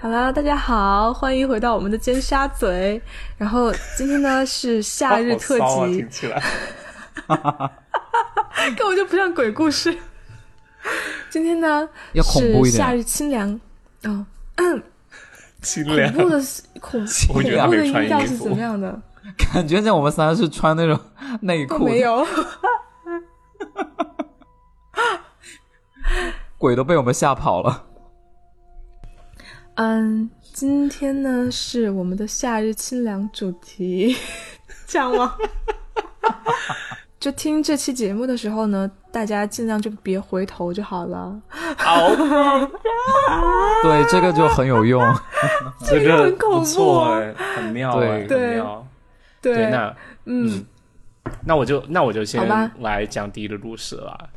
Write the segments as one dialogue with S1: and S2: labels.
S1: 好啦，大家好，欢迎回到我们的尖沙咀。然后今天呢是夏日特
S2: 好骚啊
S1: 辑
S2: 听，起 来。
S1: 哎根本就不像鬼故事。 今天呢
S3: 要恐怖一
S1: 是
S3: 点
S1: 夏日清凉哦，
S2: 清
S1: 恐
S2: 凉，
S1: 怖的恐
S3: 清
S1: 恐
S3: 凉
S1: 怖的音调是
S2: 我觉得他没穿衣服
S1: 怎么样的？
S3: 感觉像我们三是穿 那种内
S1: 都
S3: 裤，
S1: 没 有，
S3: 鬼都被我们吓跑了。
S1: 嗯，今天呢是我们的夏日清凉主题，这样吗？就听这期节目的时候呢，大家尽量就别回头就好了，
S2: 好，
S3: 对，这个就很有 用。
S2: 这
S1: 个
S2: 个
S1: 很恐怖啊
S2: 不错哎，很妙哎，
S3: 对
S2: 很妙。
S1: 对，
S2: 对，那
S1: 嗯，
S2: 那我就那我就先
S1: 好吧
S2: 来讲第一个故事了，啊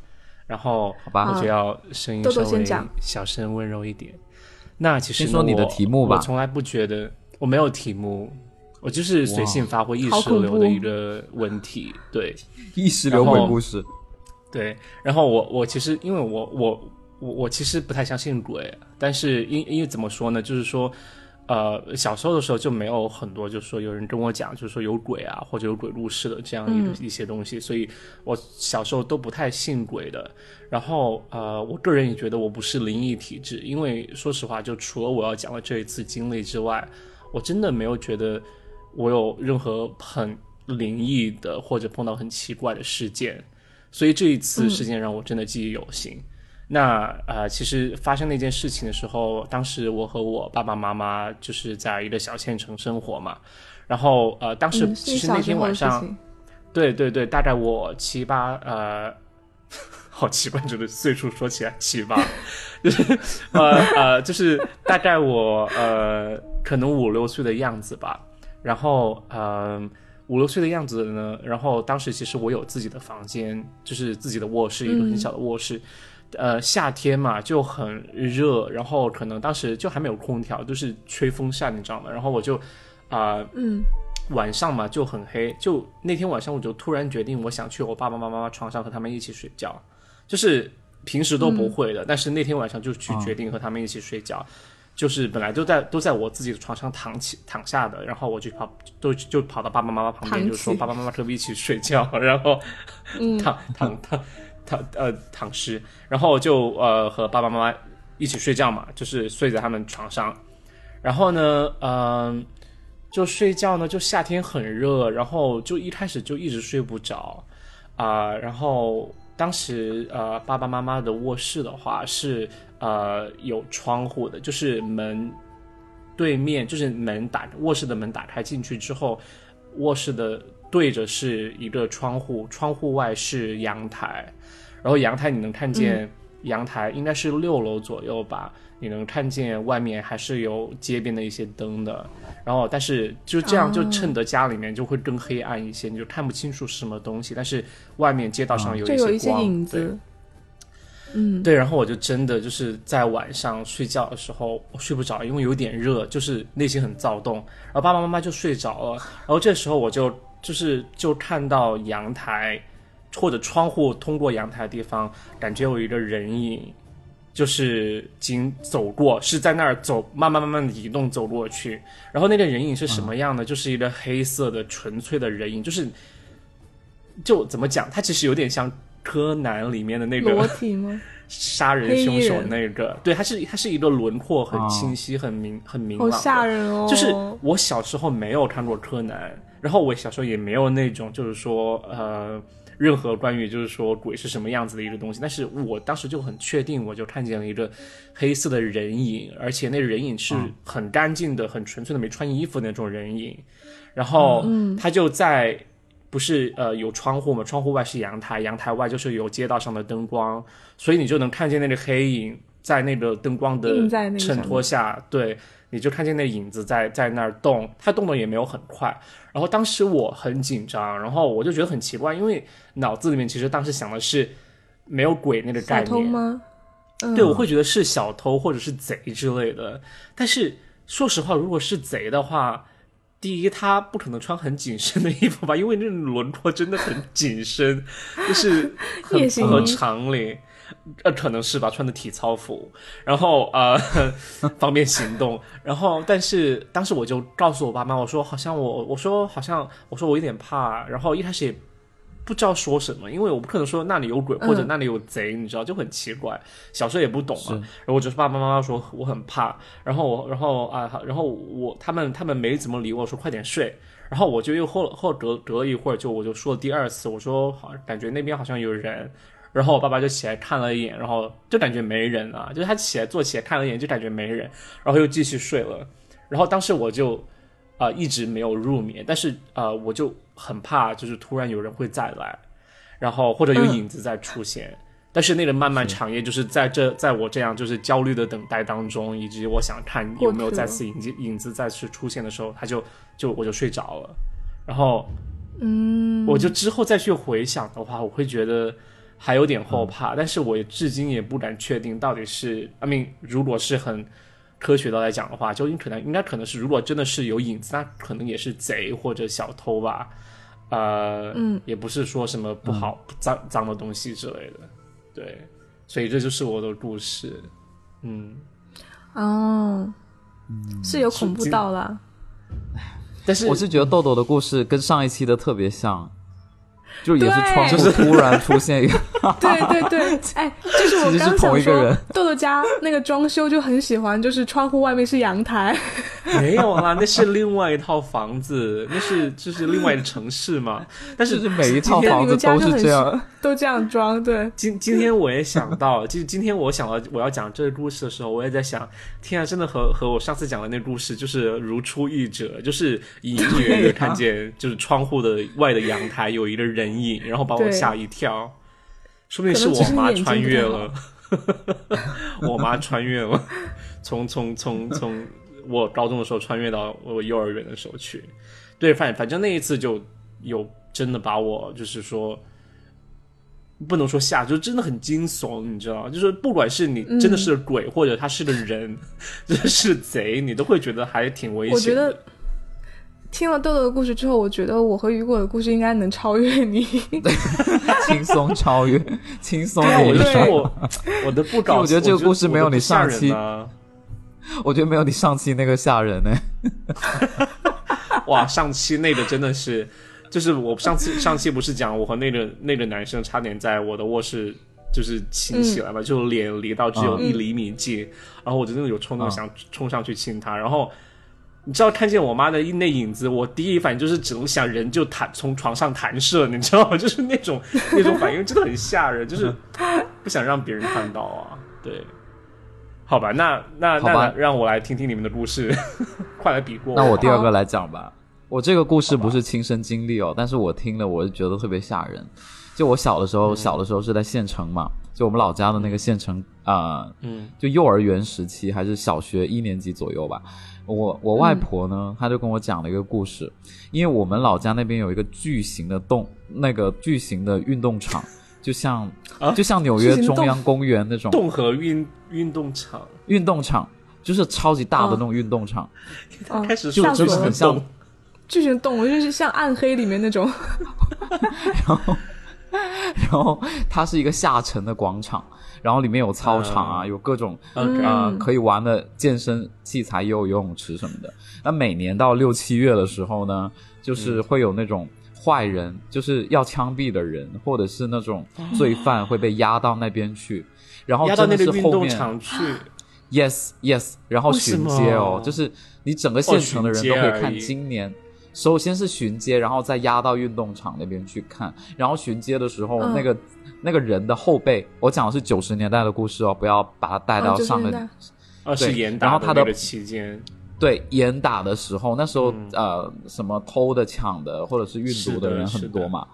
S2: 然后好
S3: 吧
S2: 我就要声音
S1: 豆
S2: 稍
S1: 豆
S2: 微
S1: 先讲
S2: 小声温柔一点。那其实呢
S3: 先说你的
S2: 我
S3: 题目吧
S2: 我从来不觉得我没有题目，我就是随性发挥、意
S1: 好
S2: 识
S1: 恐
S2: 流的
S1: 怖
S2: 一个问题。对，
S3: 意识流鬼故事，
S2: 对，然后我我其实因为我我我我其实不太相信鬼，但是因因为怎么说呢，就是说，呃，小时候的时候就没有很多，就是说有人跟我讲，就是说有鬼啊或者有鬼入室的这样一、一些东西，所以我小时候都不太信鬼的。然后呃，我个人也觉得我不是灵异体质，因为说实话，就除了我要讲的这一次经历之外，我真的没有觉得我有任何很灵异的或者碰到很奇怪的事件。所以这一次事件让我真的记忆犹新。那呃，其实发生那件事情的时候，当时我和我爸爸妈妈就是在一个小县城生活嘛，然后呃，当时
S1: 嗯
S2: 其
S1: 你
S2: 实
S1: 小
S2: 那
S1: 时
S2: 天
S1: 候的
S2: 晚
S1: 事
S2: 上，
S1: 情，
S2: 对对对，大概我七八呃， 好奇怪，这个岁数说起来七八， 就是呃呃，就是大概我呃可能五六岁的样子吧。然后嗯、五六岁的样子呢，然后当时其实我有自己的房间，就是自己的卧室，一个很小的卧室。呃，夏天嘛就很热，然后可能当时就还没有空调，就是吹风扇，你知道吗？然后我就啊。呃
S1: 嗯，
S2: 晚上嘛就很黑，就那天晚上我就突然决定，我想去我爸爸妈妈床上和他们一起睡觉，就是平时都不会的，但是那天晚上就去决定和他们一起睡觉，就是本来都在都在我自己的床上躺起躺下的，然后我就跑都就跑到爸爸妈妈旁
S1: 躺
S2: 边，就说
S1: 起
S2: 爸爸妈妈可不可以一起睡觉，然后躺躺躺躺呃躺尸，然后就呃和爸爸妈妈一起睡觉嘛，就是睡在他们床上，然后呢，嗯、就睡觉呢，就夏天很热，然后就一开始就一直睡不着，啊、然后当时呃爸爸妈妈的卧室的话是呃有窗户的，就是门对面就是门打卧室的门打开进去之后，卧室的对着是一个窗户，窗户外是阳台，然后阳台你能看
S1: 嗯
S2: 见阳台应该是六楼左右吧，你能看见外面还是有街边的一些灯的，然后但是就这
S1: 哦
S2: 样就衬得家里面就会更黑暗一些，你就看不清楚是什么东西，但是外面街道上有
S1: 哦就有一些
S2: 光，
S1: 影
S2: 对
S1: 子，嗯，
S2: 对，然后我就真的就是在晚上睡觉的时候我睡不着，因为有点热，就是内心很躁动，然后爸爸妈妈就睡着了，然后这时候我就就是就看到阳台或者窗户通过阳台的地方，感觉有一个人影，就是经走过，是在那儿走，慢慢慢慢的移动走过去，然后那个人影是什么样呢？就是一个黑色的纯粹的人影，就是就怎么讲，它其实有点像。柯南里面的那个
S1: 裸体 吗？
S2: 杀人凶手那个，对，它是它是一个轮廓很
S3: 哦
S2: 清晰、很明、很明
S1: 啊好
S2: 朗
S1: 吓
S2: 的。
S1: 人哦！
S2: 就是我小时候没有看过柯南，然后我小时候也没有那种就是说呃任何关于就是说鬼是什么样子的一个东西，但是我当时就很确定，我就看见了一个黑色的人影，而且那人影
S1: 啊
S2: 是很干净的、很纯粹的没穿衣服的那种人影，然后
S1: 嗯
S2: 他就在。不是呃有窗户嘛？窗户外是阳台，阳台外就是有街道上的灯光，所以你就能看见那个黑影在那个灯光的
S1: 映在那个上
S2: 衬
S1: 面
S2: 托下，对，你就看见那影子在在那儿动，它动的也没有很快。然后当时我很紧张，然后我就觉得很奇怪，因为脑子里面其实当时想的是没有鬼那个概
S1: 小偷
S2: 念，
S1: 吗？嗯
S2: 对，我会觉得是小偷或者是贼之类的。但是说实话，如果是贼的话，第一他不可能穿很紧身的衣服吧，因为那轮廓真的很紧身，就是
S1: 夜
S2: 很
S1: 行
S2: 符合
S1: 衣
S2: 常理。呃， 可能是吧，穿的体操服，然后呃，方便行动。然后，但是当时我就告诉我爸妈，我说好像我，我说好像，我说我有点怕。然后一开始也不知道说什么，因为我不可能说那里有鬼或者那里有贼，你知道就很奇怪。小时候也不懂嘛。然后我就是爸爸妈妈说我很怕，然后我，然后啊、然后我他们他们没怎么理我，说快点睡。然后我就又后后隔隔了一会儿，就我就说了第二次，我说好，感觉那边好像有人。然后我爸爸就起来看了一眼，然后就感觉没人啊，就是他起来坐起来看了一眼，就感觉没人，然后又继续睡了。然后当时我就啊、呃一直没有入眠，但是啊、呃我就很怕，就是突然有人会再来，然后或者有影子再出现。但是那个漫漫长夜，就是在这，在我这样就是焦虑的等待当中，以及我想看有没
S1: 过
S2: 有
S1: 去了
S2: 再次影子影子再次出现的时候，他就就我就睡着了。然后
S1: 嗯，
S2: 我就之后再去回想的话，我会觉得还有点
S3: 嗯
S2: 后怕，但是我也至今也不敢确定到底是，I mean，如果是很科学的来讲的话，究竟可能应该可能是，如果真的是有影子，那可能也是贼或者小偷吧，呃，
S1: 嗯，
S2: 也不是说什么不
S3: 嗯
S2: 好、脏脏的东西之类的，对，所以这就是我的故事，嗯，
S1: 哦，
S3: 嗯
S1: 是有恐怖
S2: 是
S1: 到啦。
S2: 但是
S3: 我是觉得豆豆的故事跟上一期的特别像，就也是
S1: 对
S3: 窗户突然出现一 个，
S1: 对对对，哎，就是我
S3: 其实是
S1: 刚
S3: 同
S1: 想
S3: 一个
S1: 说
S3: 人，
S1: 豆豆家那个装修就很喜欢，就是窗户外面是阳台，
S2: 没有啦，那是另外一套房子，那是就是另外一个城市 嘛，但
S3: 就是是每一
S1: 今
S3: 套
S1: 天
S3: 房
S1: 你
S3: 子
S1: 们家
S3: 都
S1: 就是很
S3: 这样。
S1: 都这样装。对，
S2: 今今天我也想到，就是今天我想到我要讲这个故事的时候，我也在想，天啊，真的和和我上次讲的那故事就是如出一辙，就是隐隐约
S1: 啊
S2: 约看见就是窗户的外的阳台有一个人影，然后把我
S1: 对
S2: 吓一跳，说不定
S1: 可
S2: 是
S1: 能
S2: 我
S1: 只是
S2: 妈
S1: 你眼睛
S2: 穿越
S1: 不太好
S2: 了，我妈穿越了， 从从从从我高中的时候穿越到我幼儿园的时候去，对，反反正那一次就有真的把我就是说。不能说吓，就真的很惊悚，你知道吗？就是不管是你
S3: 嗯
S2: 真的是个鬼，或者他是个人， 就是是贼，你都会觉得还挺危险的。
S1: 我觉得听了豆豆的故事之后，我觉得我和雨果的故事应该能超越你。
S3: 轻松超越，轻松
S2: 对啊，
S3: 你
S2: 我
S3: 一
S2: 就
S3: 甩
S2: 说。我我 的不搞，
S3: 我觉得这个故事没有你上
S2: 我的不吓
S3: 期
S2: 人啊
S3: 我觉得没有你上期那个吓人欸呢、
S2: 哇，上期那个真的是，就是我上 次上期不是讲我和那个那个男生差点在我的卧室就是亲起
S3: 嗯
S2: 来嘛，就脸离到只有一厘米近，然后我真的有冲动
S3: 嗯
S2: 想冲上去亲他，然后。你知道看见我妈的那影子，我第一反应就是只能想人就弹从床上弹射，你知道吗？ 就是那种那种反应真的很吓人，就是
S3: 嗯
S2: 不想让别人看到啊。对，好吧，那那
S3: 好吧
S2: 那让我来听听你们的故事， 快来比过
S3: 那我第二
S1: 好
S3: 个来讲吧。我这个故事不是亲身经历哦，但是我听了我是觉得特别吓人。就我小的
S1: 嗯
S3: 时候，小的时候是在县城嘛，就我们老家的那个县城啊、呃
S2: 嗯
S3: 就幼儿园时期还是小学一年级左右吧。我我外婆
S1: 嗯
S3: 呢，她就跟我讲了一个故事，因为我们老家那边有一个巨型的洞，那个巨型的运动 场，就像、
S2: 啊
S3: 就像纽
S1: 巨
S3: 约
S1: 型的
S3: 中
S1: 洞
S3: 央公园那种
S2: 动和运运动场，
S3: 运动场，就是超级大
S1: 嗯
S3: 的那种运动场。
S1: 嗯，
S2: 开始
S1: 就
S2: 上
S1: 真
S2: 去
S1: 的
S3: 很像
S2: 动，
S1: 巨型动物就是像暗黑里面那种，
S3: 然后它是一个下沉的广场，然后里面有操场啊，
S2: 嗯
S3: 有各种
S2: ，OK，
S3: 啊、
S1: 嗯
S3: 可以玩的健身器材，也有游泳池什么的。那每年到六七月的时候呢，
S2: 嗯
S3: 就是会有那种坏人，就是要枪毙的人，或者是那种罪犯会被押到那边去，然后
S2: 压哦到
S3: 真
S2: 那
S3: 的
S2: 个
S3: 是
S2: 运
S3: 后
S2: 动
S3: 面
S2: 场去，
S3: yes yes，然后
S2: 为什
S3: 巡街哦
S2: 么，
S3: 就是你整个县城的人都
S2: 哦巡
S3: 可
S2: 街
S3: 以
S2: 而已
S3: 看今年。首先是巡街，然后再压到运动场那边去看。然后巡街的时候，
S1: 嗯
S3: 那个那个人的后背，我讲的是九十年代的故事哦，不要把它带到
S1: 嗯，就是
S3: 上个、
S1: 那
S2: 呃，是
S3: 对
S2: 严
S3: 然
S2: 打
S3: 后
S2: 的
S3: 他
S2: 那
S3: 的
S2: 个期间，
S3: 对严打的时候，那时候、
S2: 嗯
S3: 呃什么偷的、抢的或者是运毒人
S2: 是的
S3: 很多嘛，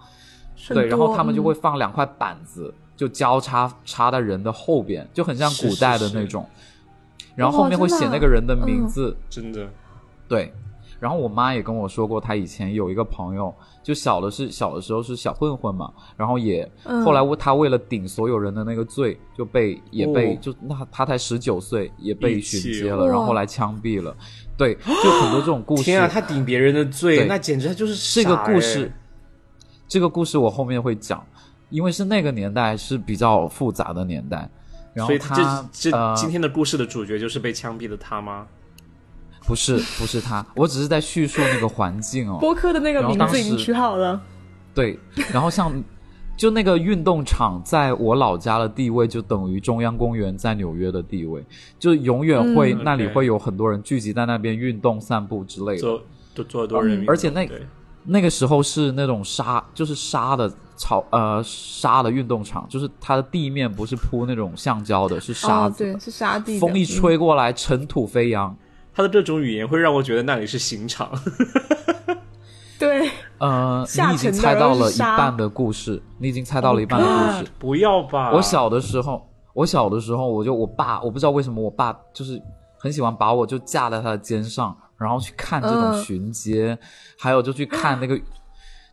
S1: 很
S3: 对，然后他们就
S1: 多嗯
S3: 会放两块板子，就交叉插在人的后边，就很像古代的
S2: 是是
S3: 那
S2: 是
S3: 种。然后后面
S1: 哇
S3: 会
S1: 真的
S3: 写
S1: 啊
S3: 那个人的名
S1: 嗯
S3: 字，
S2: 真的，
S3: 对，然后我妈也跟我说过，她以前有一个朋友，就小的是小的时候是小混混嘛，然后也、
S1: 嗯
S3: 后来我她为了顶所有人的那个罪，就被也被、
S2: 哦
S3: 就那她才十九岁也被
S2: 义气
S3: 巡街
S2: 哦
S3: 了，然后后
S1: 哇
S3: 来枪毙了，对，就很多这种故事。
S2: 天啊，他顶别人的罪，
S3: 对
S2: 那简直他就是
S3: 这个
S2: 傻
S3: 故
S2: 哎
S3: 事，这个故事我后面会讲。因为是那个年代是比较复杂的年代，
S2: 所
S3: 然后
S2: 以
S3: 他
S2: 这这
S3: 呃
S2: 今天的故事的主角就是被枪毙的他吗？
S3: 不是不是他，我只是在叙述那个环境哦。
S1: 嗯播客的那个
S3: 然后
S1: 名
S3: 当
S1: 字已经
S3: 时
S1: 取好了，
S3: 对，然后像就那个运动场在我老家的地位，就等于中央公园在纽约的地位，就永远会、
S2: 嗯
S3: 那里
S2: OK
S3: 会有很多人聚集在那边运动、散步之类的。
S2: 做做做多人民运动，
S3: 嗯而且那
S2: 对
S3: 那个时候是那种沙，就是沙的草，呃，沙的运动场，就是它的地面不是铺那种橡胶的，是沙
S1: 哦，
S3: 子的。
S1: 对，是沙地的。
S3: 风一
S1: 嗯
S3: 吹过来，尘土飞扬。
S2: 他的这种语言会让我觉得那里是刑场，
S1: 对，
S3: 呃，
S1: 下
S3: 你已经
S1: 沉的
S3: 猜到
S1: 然后
S3: 了
S1: 是
S3: 一
S1: 沙哦
S3: 半的故事，你已经猜到了一半的故事。
S2: 不要吧？
S3: 我小的时候，我小的时候，我就我爸，我不知道为什么我爸就是很喜欢把我就架在他的肩上，然后去看这种
S1: 嗯
S3: 巡街，还有就去看那个，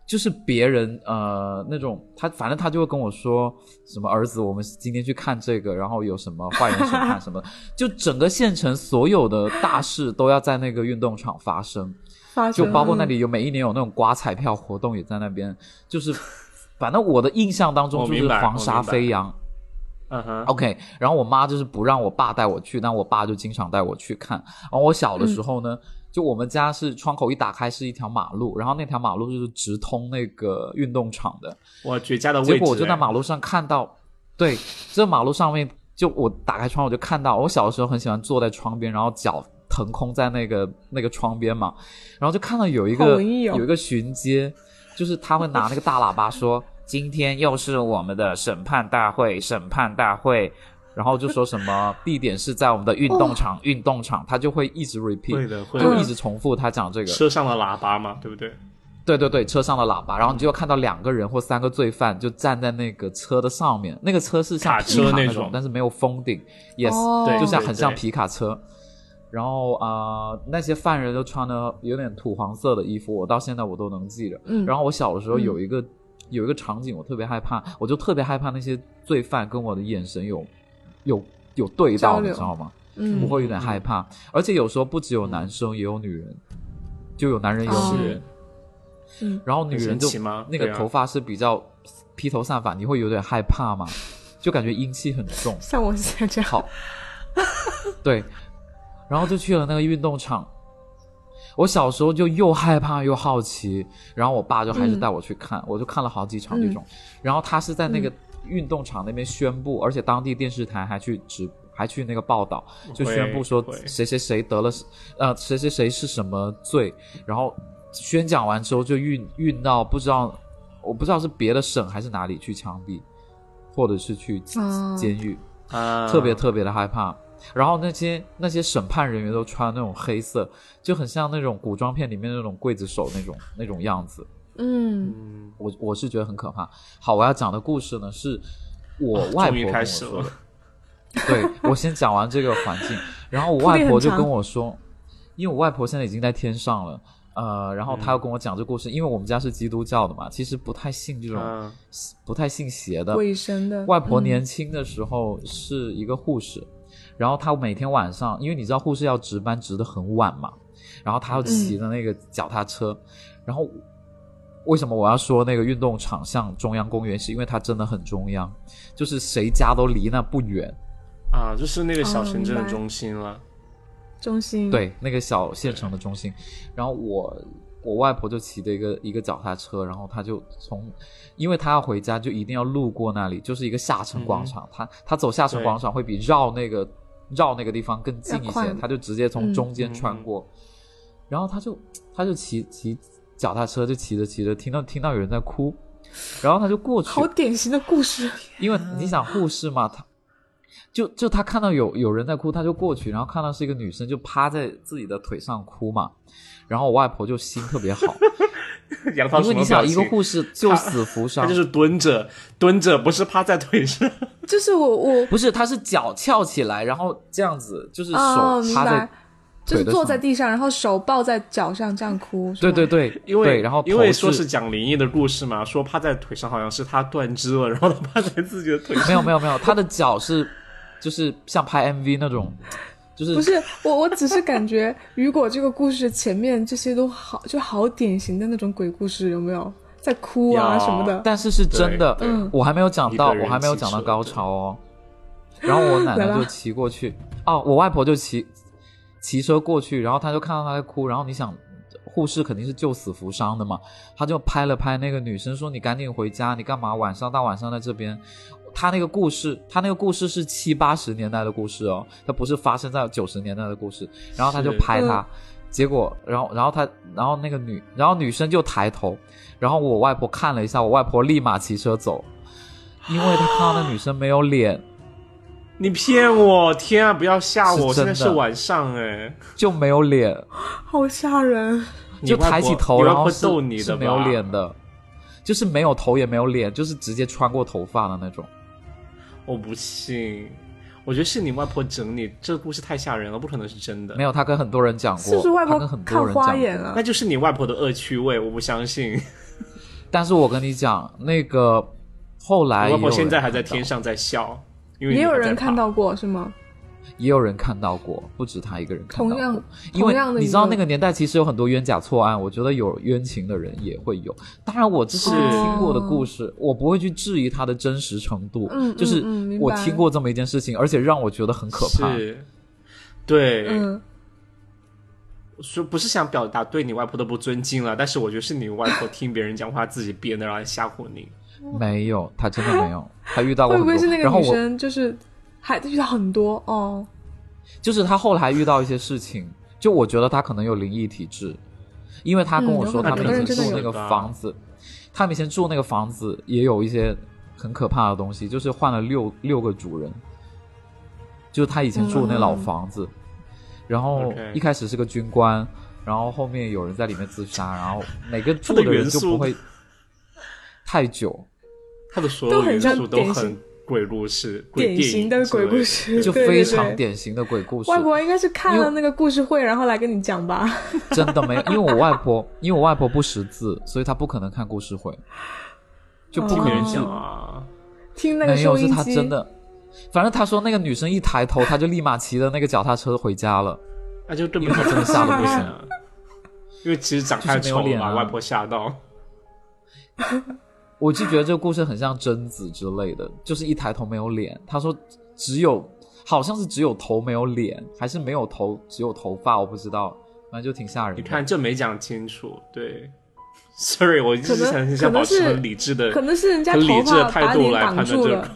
S3: 就是别人呃那种他，反正他就会跟我说什么儿子，我们今天去看这个，然后有什么坏人审判什么的，就整个县城所有的大事都要在那个运动场发生。
S1: 发
S3: 就
S1: 生
S3: 包
S1: 了
S3: 括那里有每一年有那种刮彩票活动，也在那边，就是反正我的印象当中
S2: 我
S3: 就是
S2: 明白
S3: 黄
S2: 我
S3: 沙
S2: 明白
S3: 飞扬。
S2: 嗯哼，
S3: OK，然后我妈就是不让我爸带我去，但我爸就经常带我去看。然后我小的时候呢，就我们家是窗口一打开是一条马路，然后那条马路就是直通那个运动场的。
S2: 哇，绝佳的位置。
S3: 结果我就在
S2: 哎
S3: 马路上看到，对，这马路上面就我打开窗我就看到，我小的时候很喜欢坐在窗边，然后脚腾空在那个那个窗边嘛，然后就看到有一
S1: 好
S3: 个、
S1: 文艺哦
S3: 有一个巡街，就是他会拿那个大喇叭说：“今天又是我们的审判大会，审判大会。”然后就说什么地点是在我们的运动
S1: 哦
S3: 场，运动场，他就会一直 repeat，
S2: 会的会
S3: 就
S1: 的
S3: 一直重复他讲这个。
S2: 车上的喇叭嘛，对不对？
S3: 对对对，车上的喇叭，然后你就看到两个人或三个罪犯就站在那个车的上面，那个车是像
S2: 卡
S3: 皮卡
S2: 车那
S3: 那
S2: 种
S3: 但是没有封顶，yes，、
S1: 哦
S2: 对
S3: 就像
S2: 对
S3: 很像
S2: 对
S3: 皮卡车。然后啊、呃那些犯人都穿的有点土黄色的衣服，我到现在我都能记着。
S1: 嗯
S3: 然后我小的时候有一个、有一个场景，我特别害怕，我就特别害怕那些罪犯跟我的眼神有有有对
S1: 交
S3: 到，你
S1: 流
S3: 知道吗？我
S1: 嗯，
S3: 会有点害怕。而且有时候不只有男生，也有女人，就有男人也有
S1: 哦
S3: 女人。
S1: 嗯
S3: 然后女
S2: 很
S3: 人
S2: 神
S3: 就
S2: 奇吗
S3: 那个
S2: 对啊
S3: 头发是比较披头散发，你会有点害怕吗？就感觉阴气很重。
S1: 像我现在这样，
S3: 好，对，然后就去了那个运动场。我小时候就又害怕又好奇，然后我爸就还是带我去看，我就看了好几场这种。然后他是在那个运动场那边宣布，而且当地电视台还去直还去那个报道，就宣布说
S2: 会会
S3: 谁谁谁得了，呃，谁谁谁是什么罪，然后宣讲完之后就运运到不知道，我不知道是别的省还是哪里去枪毙，或者是去
S1: 哦
S3: 监狱。
S2: 啊，
S3: 特别特别的害怕。然后那些那些审判人员都穿那种黑色，就很像那种古装片里面那种刽子手那种那种样子。
S1: 嗯，
S2: 嗯，
S3: 我我是觉得很可怕。好，我要讲的故事呢，是我
S2: 哦终
S3: 外婆
S2: 于
S3: 跟
S2: 开
S3: 我
S2: 始
S3: 说的
S2: 了。。
S3: 对我先讲完这个环境，然后我
S1: 铺垫
S3: 外
S1: 很
S3: 婆就
S1: 长
S3: 跟我说，因为我外婆现在已经在天上了，呃，
S2: 嗯
S3: 然后她要跟我讲这故事，因为我们家是基督教的嘛，其实不太信这种、
S2: 嗯，
S3: 不太信邪的，
S1: 卫生的
S3: 嗯外婆
S1: 嗯
S3: 年轻的时候是一个护士，然后她每天晚上，因为你知道护士要值班值得很晚嘛，然后她要骑的那个脚踏车，然后为什么我要说那个运动场像中央公园，是因为它真的很中央，就是谁家都离那不远，
S2: 啊，就是那个小城
S1: 哦明
S2: 镇的
S1: 白
S2: 中心了。
S1: 中心，
S3: 对，那个小县城的中心。然后我我外婆就骑着一个一个脚踏车，然后她就从，因为她要回家就一定要路过那里，就是一个下沉广场。她她走下沉
S2: 对
S3: 广场会比绕那个绕那个地方更近
S1: 要
S3: 一
S1: 快
S3: 些，她就直接从
S1: 嗯
S3: 中间
S2: 嗯
S3: 穿过。然后她就她就骑骑脚踏车就骑着骑着，听到听到有人在哭，然后她就过去，
S1: 好典型的故事，
S3: 因为你想护士嘛，她就就她看到有有人在哭，她就过去，然后看到是一个女生就趴在自己的腿上哭嘛，然后我外婆就心特别好，
S2: 杨涛
S3: 因
S2: 什
S3: 为
S2: 么
S3: 你
S2: 表
S3: 想一个
S2: 情？
S3: 护士救死扶伤，
S2: 他就是蹲着，蹲着，不是趴在腿上。
S1: 就是我我
S3: 不是她是脚翘起来，然后这样子就是手
S1: 哦，明
S3: 趴在，
S1: 白，就是
S3: 腿的
S1: 坐
S3: 上
S1: 在地上，然后手抱在脚上这样哭，是
S3: 对
S1: 吧
S3: 对，对，
S2: 因为
S3: 对然后
S2: 因为
S3: 头
S2: 说是讲灵异的故事嘛，说趴在腿上好像是他断肢了，然后他趴在自己的腿上。
S3: 没有没有没有，她的脚是就是像拍 MV 那种，就是
S1: 不是我我只是感觉雨果这个故事前面这些都好，就好典型的那种鬼故事，有没有？在哭啊
S2: 呀
S1: 什么的。
S3: 但是是真的
S2: 对对，
S3: 我还没有讲到，
S2: 一个人
S3: 我还没有讲到高潮哦。然后我奶奶就骑过去，哦，我外婆就骑骑车过去，然后她就看到她在哭，然后你想，护士肯定是救死扶伤的嘛，她就拍了拍那个女生说：“你赶紧回家，你干嘛晚上大晚上在这边？”她那个故事，她那个故事是七八十年代的故事哦，它不是发生在九十年代的故事。然后她就是拍
S1: 嗯
S3: 她，结果，然后，然后她，然后那个女，然后女生就抬头，然后我外婆看了一下，我外婆立马骑车走，因为她看到那女生没有脸，
S2: 你骗我！天啊，不要吓我！
S3: 是
S2: 现
S3: 真
S2: 在
S3: 的
S2: 是晚上哎、
S3: 就没有脸，
S1: 好吓人！
S2: 你
S3: 就
S2: 外婆
S3: 抬起头，
S2: 你外
S3: 然
S2: 婆
S3: 后是
S2: 逗你
S3: 是
S2: 的吧
S3: 没有脸的，就是没有头也没有脸，就是直接穿过头发的那种。
S2: 我不信，我觉得是你外婆整你，这个故事太吓人了，不可能是真的
S3: 没。有，她跟很多人讲过，
S1: 是不是外
S3: 她
S1: 婆
S3: 跟很多
S1: 看
S3: 人讲
S1: 花
S3: 过
S1: 眼啊
S2: 那？就是你外婆的恶趣味，我不相信。
S3: 但是我跟你讲，那个后来
S2: 你外
S3: 也有
S2: 婆现在
S3: 人
S2: 还在
S3: 哎看到
S2: 天上在笑，因为你
S1: 也有
S2: 还在
S1: 人
S2: 怕
S1: 看。到过是吗？
S3: 也有人看到过，不止他一个人看到过。
S1: 同样
S3: 因
S1: 同
S3: 为
S1: 样的一个
S3: 你知道那个年代其实有很多冤假错案，我觉得有冤情的人也会有。当然，我这是
S2: 是
S3: 听过的故事，我不会去质疑它的真实程度。
S1: 嗯嗯
S3: 就是
S1: 嗯明白
S3: 我听过这么一件事情，而且让我觉得很可怕。
S2: 是，对，
S1: 嗯，
S2: 说不是想表达对你外婆的不尊敬了，但是我觉得是你外婆听别人讲话自己编的，然后来吓唬你。
S3: 没有，他真的没有，他遇到过
S1: 会
S3: 很
S1: 不
S3: 多。
S1: 会是那个
S3: 然后
S1: 女
S3: 啊我
S1: 生就是还遇到很多哦？
S3: 就是他后来遇到一些事情，就我觉得他可能有灵异体质，因为他跟我说
S1: 嗯
S3: 他
S1: 有可
S3: 们
S1: 能
S3: 以
S1: 有的人
S3: 前
S1: 真
S3: 住
S1: 的
S3: 那
S2: 有
S3: 个房子，他们以前住那个房子也有一些很可怕的东西，就是换了六六个主人，就是他以
S1: 嗯
S3: 前住的那老房子，然后
S2: OK
S3: 一开始是个军官，然后后面有人在里面自杀，然后每个住
S2: 它的
S3: 人
S2: 元
S3: 就
S2: 素
S3: 不会太久，
S2: 他的所
S1: 都
S2: 有
S1: 很
S2: 元
S1: 像
S2: 素都
S1: 典
S2: 很
S1: 型
S2: 鬼故事，鬼
S1: 典型的鬼故。事，
S3: 就
S1: 对
S3: 非
S1: 对
S3: 常
S1: 对
S3: 典型的鬼故事。
S1: 外婆应该是看
S3: 因为
S1: 了那个故事会，然后来跟你讲吧。
S3: 真的没有，因为我外婆，因为我外婆不识字，所以她不可能看故事会，就不
S2: 听
S3: 可
S2: 别
S3: 能
S1: 哦
S2: 人
S3: 是、
S2: 讲啊，
S1: 听那个
S3: 没有
S1: 收
S3: 是
S1: 音
S3: 她
S1: 机，
S3: 真的。反正她说那个女生一抬头，她就立马骑着那个脚踏车回家了。
S2: 那就根
S3: 因
S2: 本
S3: 为她真的吓得不行
S2: 啊。 因为其实长太
S3: 就是没有
S2: 丑了，
S3: 脸
S2: 把
S3: 啊
S2: 外婆吓到。
S3: 我就觉得这个故事很像贞子之类的，就是一抬头没有脸。她说只有好像是只有头没有脸，还是没有头只有头发，我不知道，反正就挺吓人的。
S2: 你看，这没讲清楚。对，sorry，我一直
S1: 可能
S2: 想想
S1: 可能
S2: 保持
S1: 是
S2: 很理智的
S1: 可，能是人家
S2: 很理
S1: 头
S2: 智的
S1: 发
S2: 态
S1: 把
S2: 度
S1: 脸
S2: 来
S1: 挡
S2: 判断
S1: 住
S2: 这
S1: 了，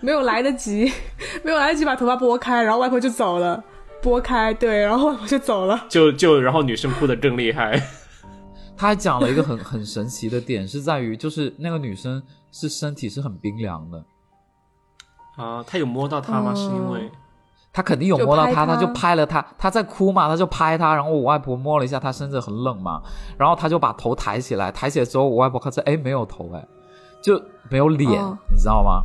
S1: 没有来得及， 没有来得及把头发拨开，然后外婆就走了。拨开，对，然后外婆就走了。
S2: 就就然后女生哭的更厉害。
S3: 他还讲了一个很 很神奇的点，是在于就是那个女生是身体是很冰凉的，
S2: 啊，他有摸到他吗？是因为
S3: 哦他肯定有
S1: 就
S3: 摸到
S1: 拍
S3: 他，他
S1: 他
S3: 就拍了他，他在哭嘛，他就拍他，然后我外婆摸了一下，他身子很冷嘛，然后他就把头抬起来，抬起来之后，我外婆看着，哎，没有头，哎，就没有脸，
S1: 哦
S3: 你知道吗？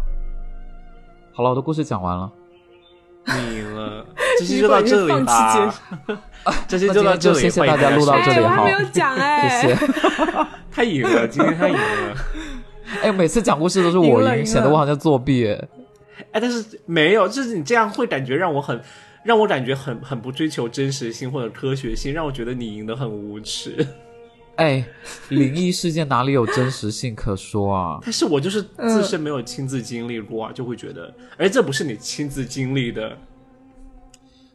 S3: 好了，我的故事讲完了，
S2: 你 了，这期就到这里吧。这期
S3: 那
S2: 就
S3: 今
S2: 到
S3: 天
S2: 这
S3: 就
S2: 里，
S3: 谢谢
S2: 欢迎
S3: 大家录到
S2: 收
S3: 这
S1: 哎，
S2: 听
S3: 里
S1: 我
S3: 哈
S1: 还
S3: 好
S1: 没有讲哎，
S3: 谢谢。
S2: 他赢了，今天他赢了。
S3: 哎，每次讲故事都是我
S1: 赢了
S3: 赢，
S1: 赢
S3: 显得
S1: 了
S3: 我好像作弊，哎
S2: 哎，但是没有，就是你这样会感觉让我很，让我感觉很很不追求真实性或者科学性，让我觉得你赢得很无 耻。
S3: 哎，灵异事件哪里有真实性可说啊？
S2: 但是我就是自身没有亲自经历过啊，就会觉得，哎，这不是你亲自经历的。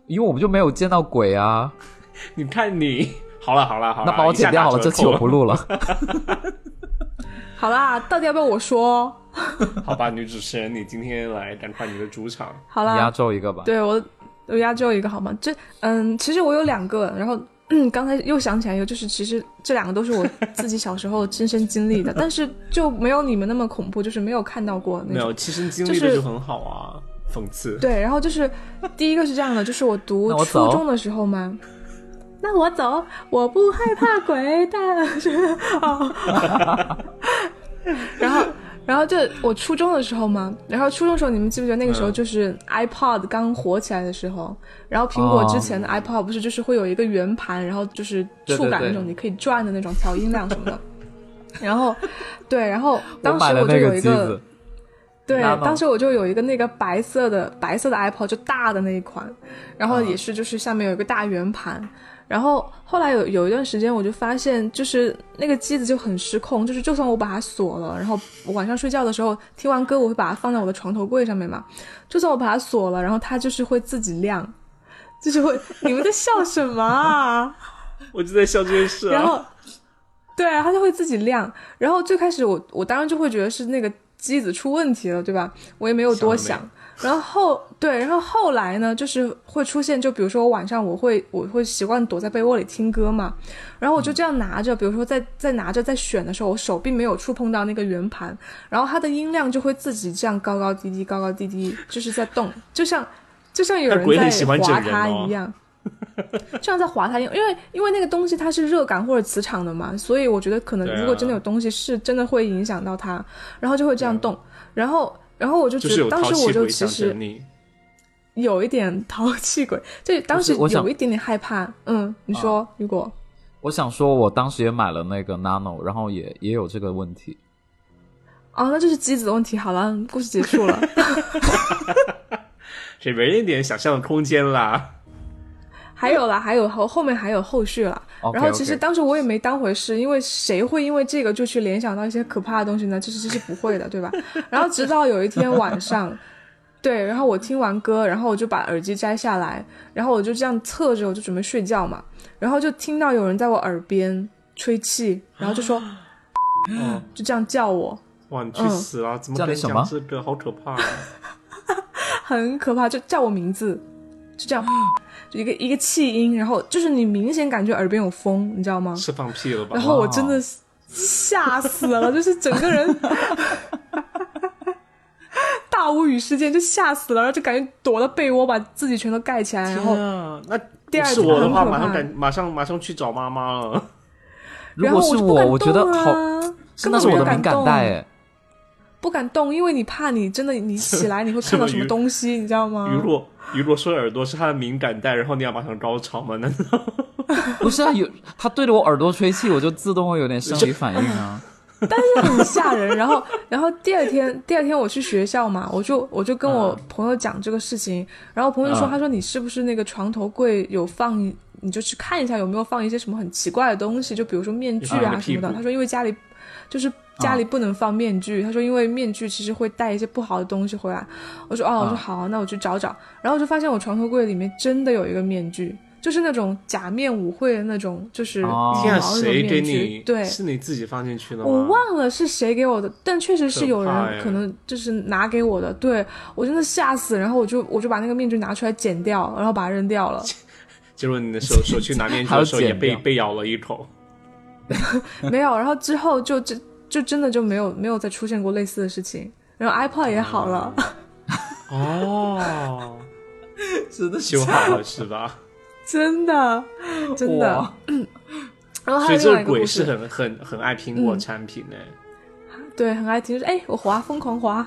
S3: 因为我们就没有见到鬼啊。
S2: 你看你， 好了好了好了，
S3: 那把我
S2: 啊一下
S3: 剪掉
S2: 打
S3: 好了，
S2: 折
S3: 这期我
S2: 扣
S3: 不 录了。
S1: 好啦，到底要不要我说？
S2: 好吧，女主持人，你今天来赶快你的主场。
S1: 好
S3: 你
S1: 啦，
S3: 压轴一个吧。
S1: 对我，我压最后一个好吗？这，嗯，其实我有两个，然后、嗯、刚才又想起来一个，就是其实这两个都是我自己小时候 亲身经历的，但是就没有你们那么恐怖，就是没有看到过那
S2: 没
S1: 种。
S2: 有亲身经历
S1: 就
S2: 的
S1: 是
S2: 就很好啊，讽刺。
S1: 对，然后就是第一个是这样的，就是我读
S3: 那我走
S1: 初中的时候嘛。那我走，我不害怕鬼，但是哦， 然后，然后就我初中的时候嘛，然后初中的时候，你们记不记得那个时候
S2: 嗯
S1: 就是 iPod 刚火起来的时候，然后苹果之前的 iPod 不是就是会有一个圆盘，然后就是
S3: 哦对
S1: 触
S3: 对
S1: 感那
S3: 对
S1: 种，你可以转的那种，调音量什么的。然后，对，然后
S3: 我
S1: 当时
S3: 买了
S1: 我就
S3: 那
S1: 有一
S3: 机子，
S1: 对，
S3: Nano
S1: 当时我就有一个那个白色的白色的 iPod，就大的那一款，然后也是就是下面有一个大圆盘，然后后来有有一段时间，我就发现，就是那个机子就很失控，就是就算我把它锁了，然后我晚上睡觉的时候听完歌，我会把它放在我的床头柜上面嘛，就算我把它锁了，然后它就是会自己亮，就是会。你们在笑什么啊？
S2: 我就在笑这件事、啊。
S1: 然后，对啊，它就会自己亮。然后最开始我我当然就会觉得是那个机子出问题了，对吧？我也没有多想。
S2: 想
S1: 然后对，然后后来呢，就是会出现，就比如说我晚上我会我会习惯躲在被窝里听歌嘛，然后
S2: 嗯
S1: 我就这样拿着，比如说在在拿着在选的时候，我手并没有触碰到那个圆盘，然后它的音量就会自己这样高高低低高高低低，就是在动，就像就像有
S2: 那鬼很
S1: 人
S2: 喜
S1: 在
S2: 欢整
S1: 划
S2: 人
S1: 它
S2: 哦
S1: 一样。就像在划它一样，因为因为那个东西它是热感或者磁场的嘛，所以我觉得可能
S2: 对啊
S1: 如果真的有东西是真的会影响到它，然后就会这样动，然后然后我就觉
S2: 啊就是
S1: 得、
S2: 有
S1: 当
S2: 淘
S1: 时我
S2: 气
S1: 就
S2: 鬼
S1: 其
S2: 想
S1: 实
S2: 整你。
S1: 有一点淘气鬼，就当时
S3: 不是我想
S1: 有一点点害怕。嗯，你
S2: 哦
S1: 说，如果
S3: 我想说，我当时也买了那个 Nano，然后也也有这个问题。
S1: 哦，那就是机子的问题。好了，故事结束 了。
S2: 给人一点想象的空间啦。
S1: 还有啦，还有后后面还有后续啦。
S3: OK，
S1: 然后其实
S3: OK
S1: 当时我也没当回事，因为谁会因为这个就去联想到一些可怕的东西呢？这是这是不会的，对吧？ 然后直到有一天晚上，对，然后我听完歌，然后我就把耳机摘下来，然后我就这样侧着，我就准备睡觉嘛，然后就听到有人在我耳边吹气，然后就说，
S2: 哦，
S1: 就这样叫我。
S2: 哇，你去
S1: 嗯
S2: 死啊！怎么
S3: 叫
S2: 可
S3: 你
S2: 能
S3: 什
S2: 讲
S3: 么
S2: 这个？好可怕、啊！
S1: 很可怕，就叫我名字，就这样，就一个一个气音，然后就是你明显感觉耳边有风，你知道吗？
S2: 是放屁了吧
S1: 然？后我真的是吓死了，就是整个人 大无语事件，就吓死了，然后就感觉躲到被窝，把自己全都盖起来，然后
S2: 天啊，那
S1: 第二
S2: 是我的
S1: 天
S2: 话，
S1: 很可
S2: 马上
S1: 怕
S2: 赶，马上马上去找妈妈了。
S3: 如
S1: 然后
S3: 果是
S1: 就不敢
S3: 我觉得
S1: 动啊
S3: 好，
S1: 根
S3: 那
S1: 本
S3: 是
S1: 不
S3: 我的
S1: 敢
S3: 敏感
S1: 动
S3: 带哎。
S1: 不敢动，因为你怕你真的你起来你会
S2: 什
S1: 看
S2: 么
S1: 到什么
S2: 鱼
S1: 东西，你知道吗？
S2: 雨落雨落说耳朵是他的敏感带，然后你要马上高潮吗？
S1: 哦
S2: 难道
S3: 不是啊，有他对着我耳朵吹气，我就自动会有点生理反应 啊。
S1: 但是很吓人。然后， 然后第二天，第二天我去学校嘛，我就我就跟
S2: 嗯
S1: 我朋友讲这个事情，然后朋友说，
S3: 嗯
S1: 他说你是不是那个床头柜有放一，你就去看一下有没有放一些什么很奇怪的东西，就比如说面具
S2: 有放你
S1: 啊
S2: 的
S1: 什么
S2: 屁
S1: 的。
S2: 股嗯
S1: 他说因为家里就是。家里不能放面具，他说，因为面具其实会带一些不好的东西回来。我说，哦，我说
S3: 嗯
S1: 好，那我去找找。然后就发现我床头柜里面真的有一个面具，就是那种假面舞会的那种，就是羽
S3: 哦
S1: 毛
S2: 天
S1: 那
S2: 啊，
S1: 种
S2: 谁给
S1: 面
S2: 你
S1: 具。？对，
S2: 是你自己放进去的吗？
S1: 我忘了是谁给我的，但确实是有
S2: 可啊怕耶
S1: 人可能就是拿给我的，对我真的吓死，然后我就我就把那个面具拿出来剪掉，然后把它扔掉 了。
S2: 结果你的手手去拿面具的时候
S3: 还
S2: 也
S3: 有剪
S2: 被
S3: 掉
S2: 被咬了一口。
S1: 没有，然后之后就就就真的就没有没有再出现过类似的事情。然后 iPod 也好了，
S2: 啊哦，
S3: 真的
S2: 修好了是吧？
S1: 真的真的。然哦后还
S2: 所以
S1: 有
S2: 这
S1: 另外
S2: 个
S1: 一个
S2: 鬼
S1: 故
S2: 是
S1: 事，嗯
S2: 很很很爱苹果产品呢、
S1: 对，很爱听，就是哎，我滑，疯狂滑。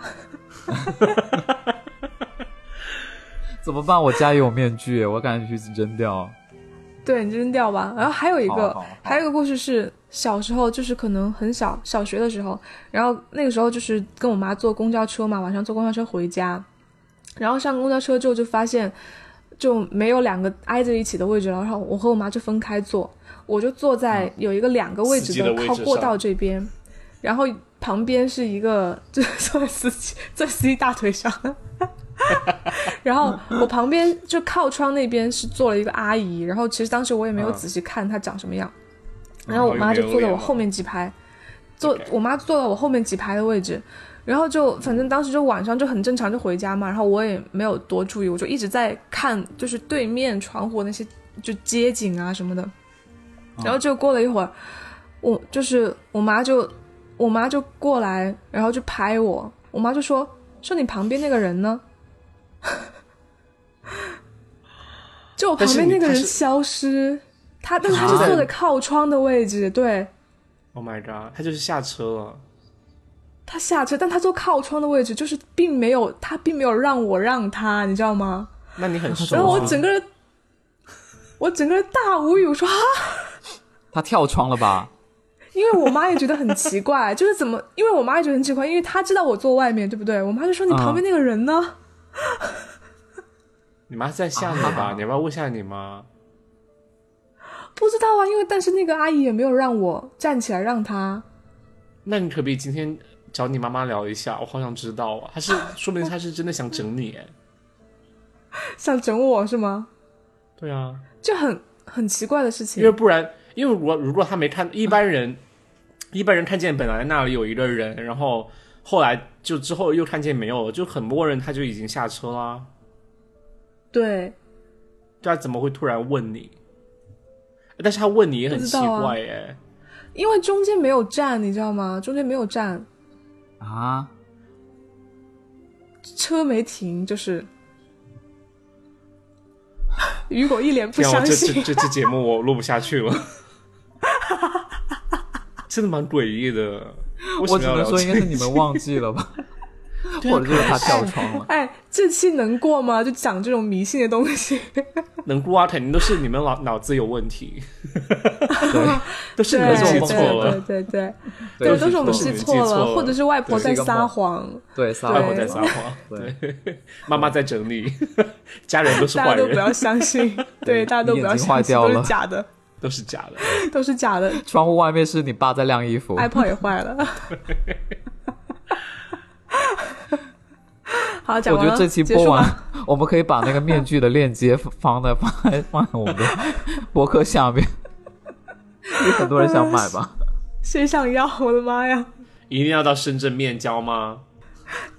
S3: 怎么办？我家也有面具，我赶紧去扔掉。
S1: 对你就扔掉吧。然后还有一
S3: 好
S1: 个
S3: 好好，
S1: 还有一个故事是小时候，就是可能很小，小学的时候，然后那个时候就是跟我妈坐公交车嘛，晚上坐公交车回家，然后上公交车之后就发现就没有两个挨着一起的位置了，然后我和我妈就分开坐，我就坐在有一个两个位
S2: 嗯司
S1: 置
S2: 机的位
S1: 靠
S2: 置
S1: 过
S2: 上
S1: 道这边，然后旁边是一个就是 坐在司机坐在司机大腿上。然后我旁边就靠窗那边是坐了一个阿姨，然后其实当时我也没有
S2: 嗯
S1: 仔细看她长什么样，
S2: 嗯
S1: 然后我妈就坐在
S2: 好有
S1: 我
S2: 脸
S1: 后面几排，坐
S2: OK
S1: 我妈坐在我后面几排的位置，然后就反正当时就晚上就很正常就回家嘛，然后我也没有多注意，我就一直在看就是对面窗户那些就街景啊什么的，
S2: 嗯
S1: 然后就过了一会儿，我就是我妈就我妈就过来，然后就拍我，我妈就说说你旁边那个人呢？ 就我旁边那个
S2: 但是你
S1: 人
S2: 他是
S1: 消失，他但是他
S2: 他是在
S1: 是坐在靠窗的位置，对
S2: Oh my god，他就是下车了。
S1: 他下车，但他坐靠窗的位置，就是并没有他并没有让我让他，你知道吗？
S2: 那你很熟、啊。
S1: 然后哦我整个人，我整个人大无语，我说啊，
S3: 他跳窗了吧？
S1: 因为我妈也觉得很奇怪，就是怎么，因为我妈也觉得很奇怪，因为她知道我坐外面，对不对？我妈就说你
S3: 嗯
S1: 旁边那个人呢？
S2: 你妈是在吓你吧？
S3: 啊
S2: 你要不要问一下你妈？
S1: 不知道啊，因为但是那个阿姨也没有让我站起来让她。
S2: 那你可不可以今天找你妈妈聊一下？我好想知道啊，她是说明她是真的想整你哎。
S1: 想整我是吗？
S2: 对啊，
S1: 就很很奇怪的事情
S2: 因为。不然，因为如果如果他没看，一般人一般人看见本来那里有一个人，然后后来就之后又看见没有了，就很默认他就已经下车啦。
S1: 对，
S2: 对啊，怎么会突然问你？但是他问你也很
S1: 不知
S2: 奇
S1: 道啊
S2: 怪耶，
S1: 因为中间没有站，你知道吗？中间没有站，
S3: 啊，
S1: 车没停，就是。 雨果一脸不
S2: 天啊，我
S1: 相
S2: 这这
S1: 信，
S2: 这期节目我录不下去了， 真的蛮诡异的。为什
S3: 我
S2: 么
S3: 只
S2: 要
S3: 能
S2: 聊
S3: 说应该
S2: 这
S3: 是你们忘记了吧，
S2: 对啊
S3: 或者就是他跳窗了。
S1: 哎，这期能过吗？就讲这种迷信的东西，
S2: 能估啊，肯定都是你们脑脑子有问题，
S3: 对，
S2: 都是你
S1: 对
S2: 们
S3: 这
S1: 对
S2: 记
S3: 种
S2: 错
S3: 朋友
S2: 了
S1: 对。对对
S3: 对
S1: 都是我们
S2: 都是
S1: 记
S2: 你
S1: 错
S2: 记错了
S1: 或者是外婆
S3: 对
S1: 在
S3: 是一个
S1: 撒
S3: 梦
S1: 谎，
S3: 对，撒
S1: 对
S2: 外
S3: 谎
S2: 婆在撒谎，
S3: 对
S2: 对，妈妈在整理， 家人都是
S1: 大家
S2: 坏
S1: 都不
S2: 人，
S1: 要相 信，对，大家都不要
S3: 嗯眼睛
S1: 相
S3: 坏
S1: 信，
S3: 掉
S1: 都
S3: 了
S1: 是假的，
S2: 都是假的。
S1: 都是假 的
S3: 窗户外面是你爸在晾衣服，
S1: ，iPod 也坏了。 好，讲
S3: 我觉
S1: 完了，
S3: 得这期
S1: 结
S3: 播
S1: 束
S3: 完
S1: 吧，
S3: 我们可以把那个面具的链接放在放在放在我们的博客下面，有很多人想买吧。
S1: 谁想要？我的妈呀！
S2: 一定要到深圳面交吗？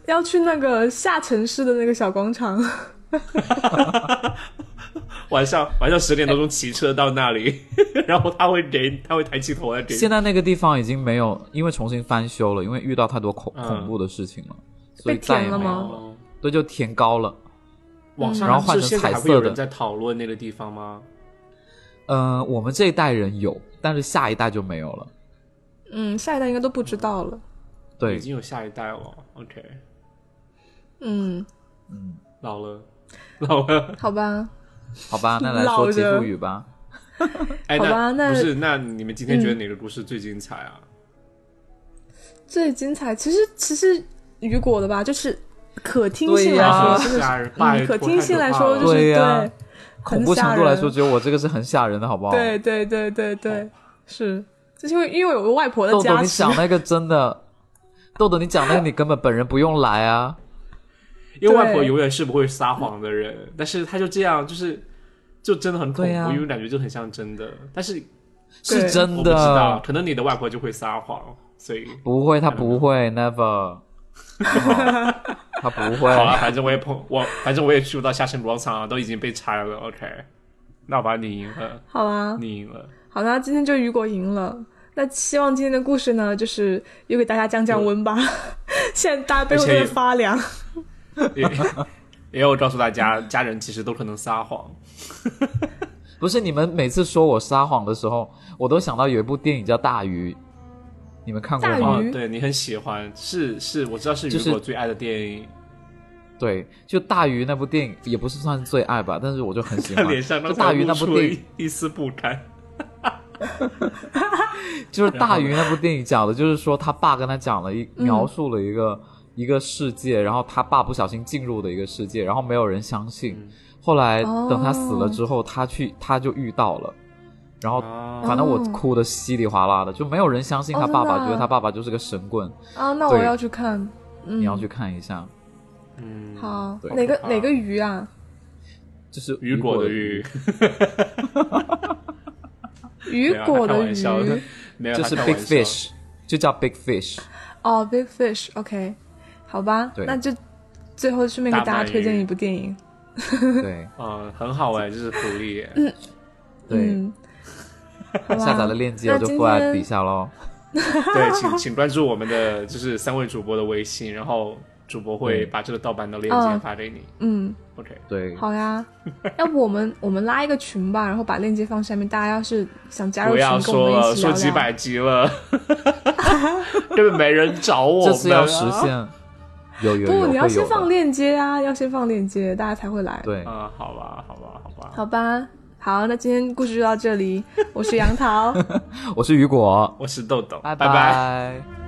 S1: 要去那个下沉市的那个小广场，
S2: 晚上晚上十点多钟骑车到那里， 然后他会给他会抬起头来
S1: 哎
S2: 给你
S3: 现在那个地方已经没有，因为重新翻修了，因为遇到太多恐
S2: 嗯
S3: 恐怖的事情了，所以
S1: 被填
S3: 再也
S1: 了
S3: 没有
S1: 吗
S3: 了。对，就填高了。
S2: 网上
S3: 哦然后换
S2: 是
S3: 成
S2: 现在还
S3: 彩
S2: 会有
S3: 色的
S2: 人在讨论那个地方吗？
S3: 呃，我们这一代人有，但是下一代就没有了。
S1: 嗯，下一代应该都不知道了。
S3: 对
S2: 已，经有下一代了。OK，
S1: 嗯，
S2: 老了， 老了。
S1: 好吧，
S3: 好吧，那来
S1: 老
S3: 说
S1: 着
S3: 结束语吧。
S2: 哎，
S1: 好吧那嗯
S2: 不是，那你们今天觉得哪个故事最精彩啊？
S1: 最精彩其实其实雨果的吧，就是可听性
S3: 对
S1: 来
S3: 呀
S1: 说，
S3: 啊
S1: 真的是
S2: 哎吓人，拜
S1: 嗯，
S2: 托
S1: 可听性来说就
S3: 了
S1: 是
S3: 对呀
S1: 很
S3: 恐怖
S1: 吓
S3: 程度来说，
S1: 人
S3: 只有我这个是很吓人的，好不好？
S1: 对对对对对，是，就是因为因为有个外婆的
S3: 豆豆，
S1: 加
S3: 你
S1: 持，
S3: 讲那个真的，豆豆，你讲那个你根本本人不用来啊。
S2: 因为外婆
S1: 对
S2: 永远是不会撒谎的人，但是她就这样，就是就真的很恐
S3: 对
S2: 怖，
S3: 啊
S2: 因为感觉就很像真的。但是
S1: 对
S3: 是真
S2: 我不知道，
S3: 的，
S2: 可能你的外婆就会撒谎，所以
S3: 不会，他不会，never，他不会。
S2: 好了，啊反正我也碰我，反正我也去不到下沉广场啊，都已经被拆了。OK，那我把你赢了，
S1: 好啊，
S2: 你赢了，
S1: 好啦，今天就雨果赢了。那希望今天的故事呢，就是又给大家降降温吧。 现在大家背后都
S2: 而
S1: 在
S2: 且也
S1: 发凉，
S2: 也 也有告诉大家，家人其实都可能撒谎。
S3: 不是你们每次说我撒谎的时候，我都想到有一部电影叫《大鱼》，你们看过
S1: 大
S3: 吗？
S2: 哦
S1: 鱼，
S2: 对你很喜欢，是是，我知道是
S3: 就
S2: 雨
S3: 是
S2: 果最爱的电影。
S3: 对，就《大鱼》那部电影也不是算是最爱吧，但是我就很喜
S2: 他
S3: 欢。
S2: 脸上
S3: 就
S2: 刚
S3: 《大
S2: 才
S3: 鱼》
S2: 露
S3: 那部
S2: 出了
S3: 电影
S2: 一，一丝不甘。
S3: 就是《
S2: 然后
S3: 大鱼》那部电影讲的就是说他爸跟他讲了一
S1: 嗯
S3: 描述了一个、一个世界，然后他爸不小心进入的一个世界，然后没有人相信。
S2: 嗯
S3: 后来
S1: 哦
S3: 等他死了之后，他去他就遇到了，然后
S2: 啊，
S3: 反正我
S1: 哦
S3: 哭的稀里哗啦的，就没有人相信
S1: 哦
S3: 他
S1: 真
S3: 爸爸，
S1: 的啊
S3: 觉得他爸爸就是个神棍。
S1: 啊，那我
S3: 对
S1: 要去看。嗯，
S3: 你要去看一下，
S2: 嗯，
S1: 好
S3: 对
S1: 哪个
S2: 好可怕
S1: 哪个鱼啊？
S3: 就是
S2: 雨果的雨，
S1: 雨
S2: 没
S3: 啊
S2: 有啊
S1: 果
S2: 开
S1: 的
S2: 玩笑
S1: 鱼
S2: 的，没有
S3: 就是 Big Fish，就叫 Big Fish。
S1: 哦，Big Fish，OK，、好吧，
S3: 对
S1: 那就最后顺便给
S2: 大
S1: 大家
S2: 鳗
S1: 推荐
S2: 鱼
S1: 一部电影，
S3: 对
S2: 嗯，很好哎，这是福利耶。
S3: 对，
S1: 嗯，好吧，
S3: 下载了链接
S1: 那
S3: 我就
S1: 今
S3: 放在
S1: 天
S3: 底下喽。
S2: 对，请请关注我们的就是三位主播的微信，然后主播会把这个盗版的链接
S1: 嗯
S2: 发给你。
S1: 嗯。
S2: OK，
S3: 对，
S1: 好 呀，要不我们我们拉一个群吧，然后把链接放下面，大家要是想加入
S2: 不
S1: 群，
S2: 要
S1: 跟我
S2: 说
S1: 们一
S2: 了，
S1: 起聊
S2: 说几
S1: 聊。
S2: 百集了，根本没人找我
S3: 这
S2: 们。啊
S3: 次要实现，有有
S1: 不，
S3: 有，
S1: 你要
S3: 会
S1: 先
S3: 有
S1: 放
S3: 的。
S1: 链接啊，要先放链接，大家才会来。
S3: 对，
S2: 啊，好吧，好吧，好吧。
S1: 好吧，好，那今天故 事就到这里，我是杨桃。
S3: 我是雨果，
S2: 我是豆豆，拜
S3: 拜。